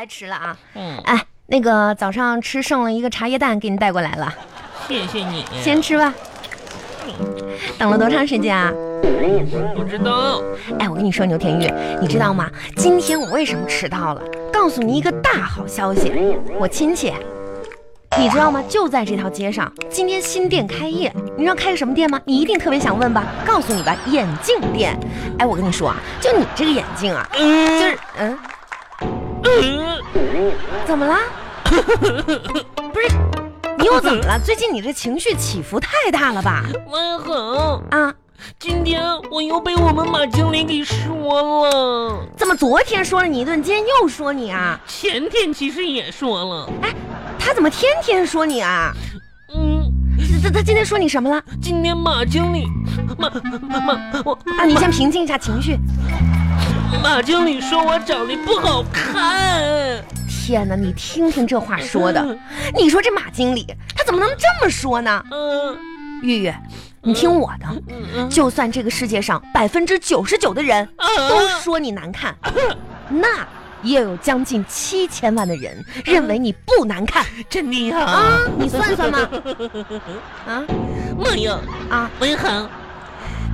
啊吃了啊！嗯，哎，那个早上吃剩了一个茶叶蛋，给你带过来了，谢谢你。先吃吧。等了多长时间啊？不知道，哎，我跟你说，牛田玉，你知道吗？今天我为什么迟到了？告诉你一个大好消息，我亲戚，你知道吗？就在这条街上，今天新店开业。你知道开个什么店吗？你一定特别想问吧？告诉你吧，眼镜店。哎，我跟你说啊，就你这个眼镜啊，就是嗯，怎么啦？ 不是，你又怎么了？最近你这情绪起伏太大了吧？万恒，啊，今天我又被我们马经理给说了，怎么昨天说了你一顿，今天又说你啊？前天其实也说了，哎，他怎么天天说你啊？嗯，他他今天说你什么了？今天马经理，马马马，我啊，你先平静一下情绪。马经理说我长得不好看，天哪，你听听这话说的，你说这马经理他怎么能这么说呢？嗯玉玉，你听我的，嗯嗯就算这个世界上百分之九十九的人都啊，说你难看，那也有将近七千万的人认为你不难看真的呀，啊！你算算 吧，啊妈呀，啊，文恒，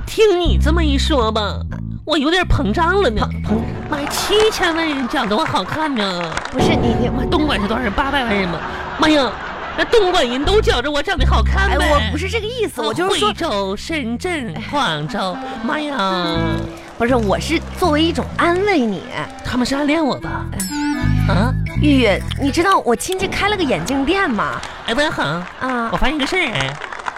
听你这么一说吧，我有点膨胀了呢。朋妈呀，七千万人长得我好看呢。不是你你我。东莞是多少人？八百万人吗？妈呀，那东莞人都觉着我长得好看哎，呗。我不是这个意思，啊，我就是说惠，州、深圳、广州，妈呀，不是，我是作为一种安慰你。他们是暗恋我吧？哎啊，玉玉，你知道我亲戚开了个眼镜店吗？哎，文恒，啊我，发现个事儿，哎，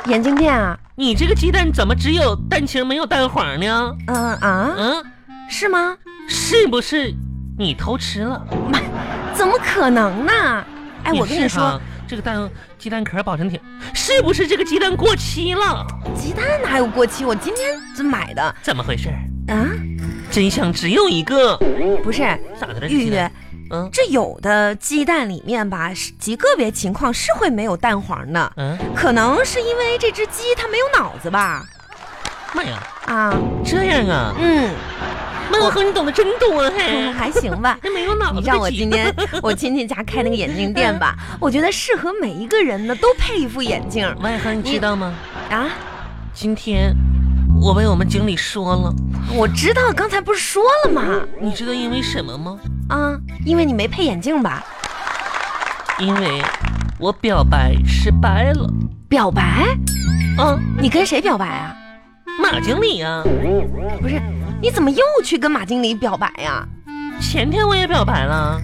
眼镜店啊，你这个鸡蛋怎么只有蛋清没有蛋黄呢？嗯啊，嗯，是吗？是不是你偷吃了？怎么可能呢？哎，我跟你是说哈，，这个蛋鸡蛋壳保存挺，是不是这个鸡蛋过期了？鸡蛋哪有过期？我今天这买的怎么回事？啊？真相只有一个，不是，咋的了？玉这鸡玉，蛋嗯这有的鸡蛋里面吧，是极个别情况是会没有蛋黄的，嗯，可能是因为这只鸡它没有脑子吧？妈呀！啊，这样啊，嗯，孟恒，你懂得真多 嘿，还行吧。还没有 脑子嗯你的知道我急今天 我亲戚家开那个眼镜店吧？我觉得适合每一个人呢，都配一副眼镜儿万恒，你知道吗？啊！今天我被我们经理说了，我知道刚才不是说了吗？你知道因为什么吗？啊，因为你没配眼镜吧？因为我表白失败了表白？啊，你跟谁表白啊？马经理啊，不是，你怎么又去跟马经理表白呀、前天我也表白了。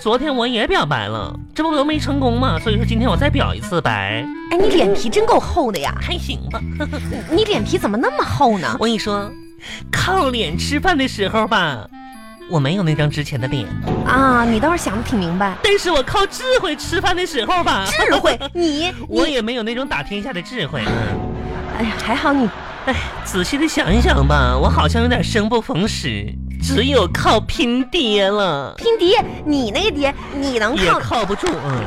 昨天我也表白了，这不都没成功嘛，所以说今天我再表一次白，哎，你脸皮真够厚的呀！还行吧。你脸皮怎么那么厚呢？我跟你说，靠脸吃饭的时候吧，我没有那张值钱的脸，啊，你倒是想的挺明白，但是我靠智慧吃饭的时候吧，智慧，你 我你，也没有那种打天下的智慧。哎呀，还好你哎，仔细的想一想吧，我好像有点生不逢时，只有靠拼爹了，拼爹，你那个爹，你能也靠靠不住。嗯，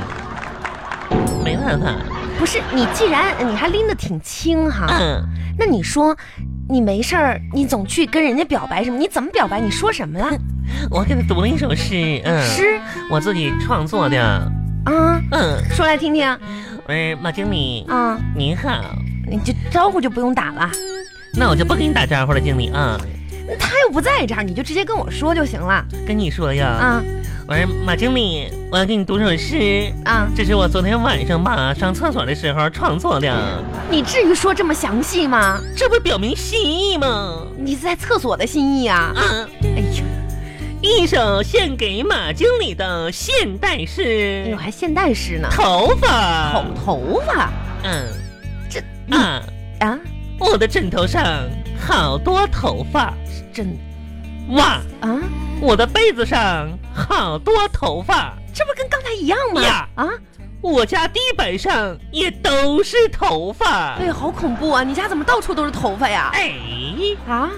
没办法。不是你，既然你还拎得挺轻哈，嗯，那你说你没事儿，你总去跟人家表白什么？你怎么表白？你说什么了？我给他读了一首诗，嗯，诗我自己创作的。啊，嗯，说来听听我说马经理，啊，您好，你就招呼就不用打了，那我就不跟你打招呼了，经理啊。他又不在这儿，你就直接跟我说就行了跟你说呀，啊我说马经理，我要给你读首诗，啊！这是我昨天晚上吧上厕所的时候创作的，啊你至于说这么详细吗？这不表明心意吗？你是在厕所的心意啊？啊，哎呀，一首献给马经理的现代哎诗呦，，还现代诗呢，头发，头头发嗯，这啊，啊，我的枕头上好多头发，真哇，啊，我的被子上好多头发，这不是跟刚才一样吗呀？啊，我家地板上也都是头发哎，呀，好恐怖啊！你家怎么到处都是头发呀？哎。啊，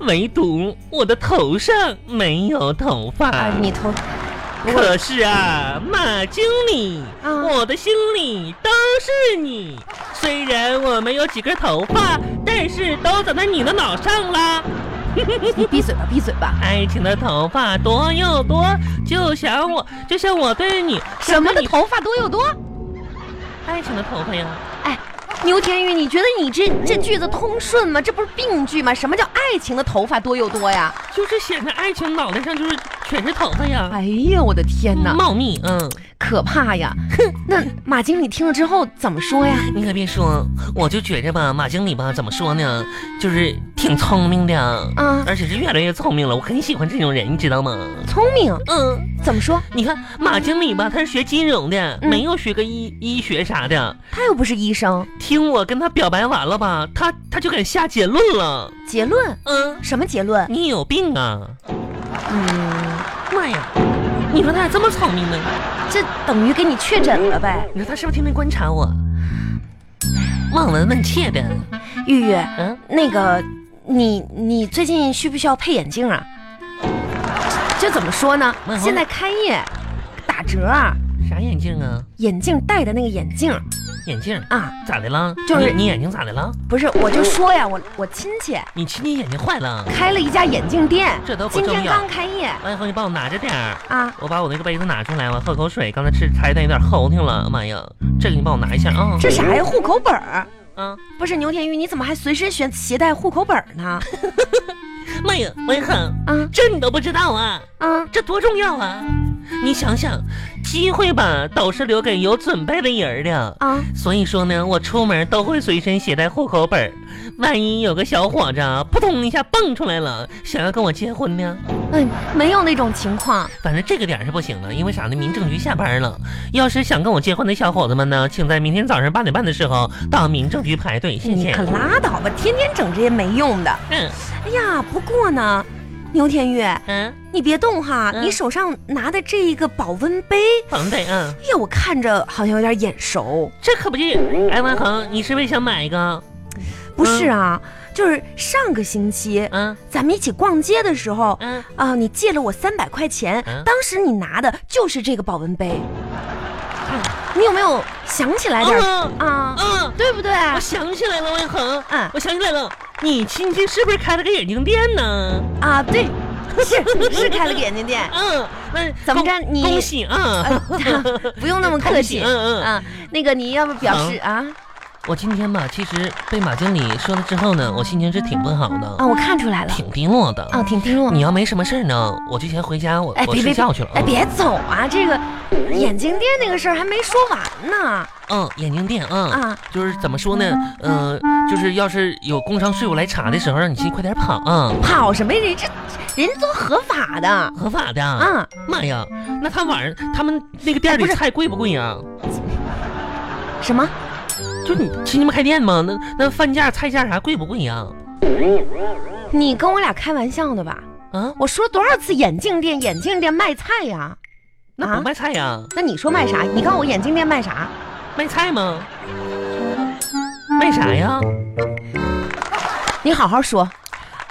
唯独我的头上没有头发。啊，你头，可是啊，马经理，啊我的心里都是你。 虽然我没有几根头发，但是都长在你的脑上啦。你闭嘴吧，闭嘴 吧！爱情的头发多又多，就像我，就像我对你什么的头发多又多？爱情的头发呀。哎，牛田玉，你觉得你这这句子通顺吗？这不是病句吗？什么叫爱情的头发多又多呀？就是显得爱情脑袋上就是全是头发呀，哎呀，我的天哪，茂密，嗯，可怕呀！哼，那马经理听了之后怎么说呀？你可别说，我就觉着吧，马经理吧，怎么说呢，就是挺聪明的，啊而且是越来越聪明了，我很喜欢这种人，你知道吗？聪明嗯，怎么说？你看马经理吧，他是学金融的，嗯没有学个医医学啥的。他又不是医生，听我跟他表白完了吧，他他就敢下结论了。结论嗯，什么结论？你有病啊！嗯，妈呀，你说他咋这么聪明呢？这等于给你确诊了呗。你说他是不是天天观察我，望闻问切的？玉玉，嗯，那个，你你最近需不需要配眼镜啊？这这怎么说呢问？候现在开业打折啊，啥眼镜啊？眼镜戴的那个眼镜眼镜啊，咋的了？就是你你眼睛咋的了？不是，我就说呀，我我亲戚你亲戚眼睛坏了？开了一家眼镜店，这都不今重天要刚开业王以后你帮我拿着点儿。啊。我把我那个杯子拿出来，我喝口水。刚才吃茶叶蛋有点齁挺了，妈呀！这个你帮我拿一下啊。这啥呀？户口本儿？啊，不是牛田玉，你怎么还随身携携带户口本儿呢？ 妈呀，王一恒，啊这你都不知道啊？啊，这多重要啊！你想想，机会吧，都是留给有准备的人儿的。啊所以说呢，我出门都会随身携带户口本儿，万一有个小伙子啊扑通一下蹦出来了，想要跟我结婚呢，嗯，没有那种情况。反正这个点儿是不行的，因为啥呢？民政局下班了，要是想跟我结婚的小伙子们呢，请在明天早上八点半的时候到民政局排队，谢你谢可。拉倒吧，天天整这些没用的。嗯哎呀，不过呢，牛田玉，嗯，你别动哈，嗯你手上拿的这一个保温杯，好的，哎嗯，呀，我看着好像有点眼熟。这可不就……哎，万恒，你是不是想买一个？不是啊，就是上个星期嗯咱们一起逛街的时候，嗯，啊，你借了我三百块钱嗯，当时你拿的就是这个保温杯，你有没有想起来点儿嗯啊？嗯，对不对？我想起来了，万恒，嗯我想起来了，你亲戚是不是开了个眼镜店呢？，啊，对，是是开了个眼镜店嗯，那怎么恭着你恭喜呃 啊！不用那么客恭喜气，嗯嗯嗯啊，那个你要不表示啊我今天吧，其实被马经理说了之后呢，我心情是挺不好的，啊，我看出来了，挺低落的。啊，挺低落。嗯你要没什么事儿呢，我就先回家，我哎，我别哦睡别觉去了。哎，别走啊！这个眼镜店那个事儿还没说完呢嗯，眼镜店，嗯，啊！就是怎么说呢，嗯，就是要是有工商税务来查的时候，让你去快点跑啊，跑什么呀？人这人都合法的合法的。啊！妈呀，那他晚上他们那个店里哎不是菜贵不贵呀？什么？就你亲戚们开店嘛，那那饭价、菜价啥贵不贵呀？你跟我俩开玩笑呢吧？啊，我说多少次眼镜店，眼镜店卖菜呀？那啊不卖菜呀？那你说卖啥？你告诉我眼镜店卖啥？卖菜吗？卖啥呀？你好好说。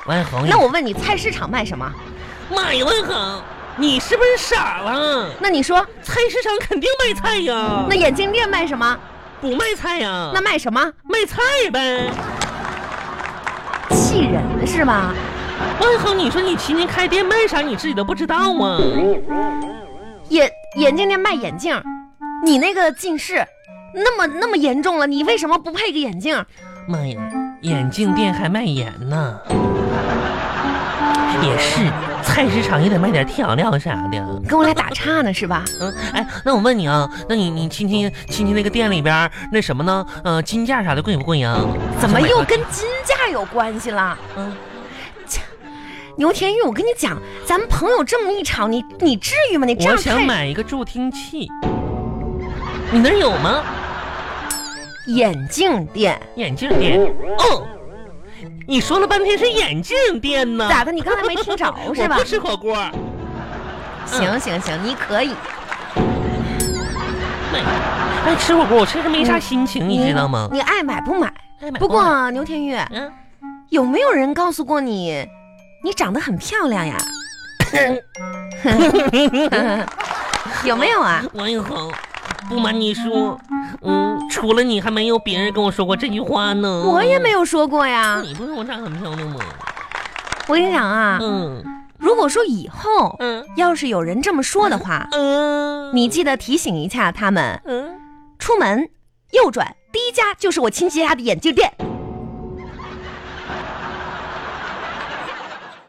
王小红，那我问你，菜市场卖什么？妈呀，万恒，你是不是傻了？那你说，菜市场肯定卖菜呀，那眼镜店卖什么？不卖菜呀？那卖什么？卖菜呗。气人是吧？万恒，哎你说你亲戚开店卖啥，你自己都不知道啊？眼眼镜店卖眼镜，你那个近视那么那么严重了，你为什么不配个眼镜？妈呀，眼镜店还卖盐呢。也是，菜市场也得卖点调料啥的。跟我俩打岔呢是 吧？嗯，哎，那我问你啊，那你你亲戚亲戚那个店里边儿那什么呢？呃，金价啥的贵不贵呀？怎么买又个跟金价有关系了？嗯牛田玉，我跟你讲，咱们朋友这么一吵，你你至于吗？你这我样想看买一个助听器，你那儿有吗？眼镜店眼镜店。哦，你说了半天是眼镜店呢，咋的？你刚才没听着是吧哎 我不？吃火锅。嗯行行行，你可以。哎，哎，吃火锅我确实没啥心情，你知道吗？你爱买不嗯买？哎买不买过牛田玉，嗯，有没有人告诉过你，你长得很漂亮 呀？ 有没有啊？王一恒，不瞒你说，嗯，除了你还没有别人跟我说过这句话呢。我也没有说过呀。你不是我长得很漂亮吗？我跟你讲啊，嗯如果说以后嗯要是有人这么说的话，嗯，你记得提醒一下他们，嗯，出门右转第一家就是我亲戚家的眼镜店。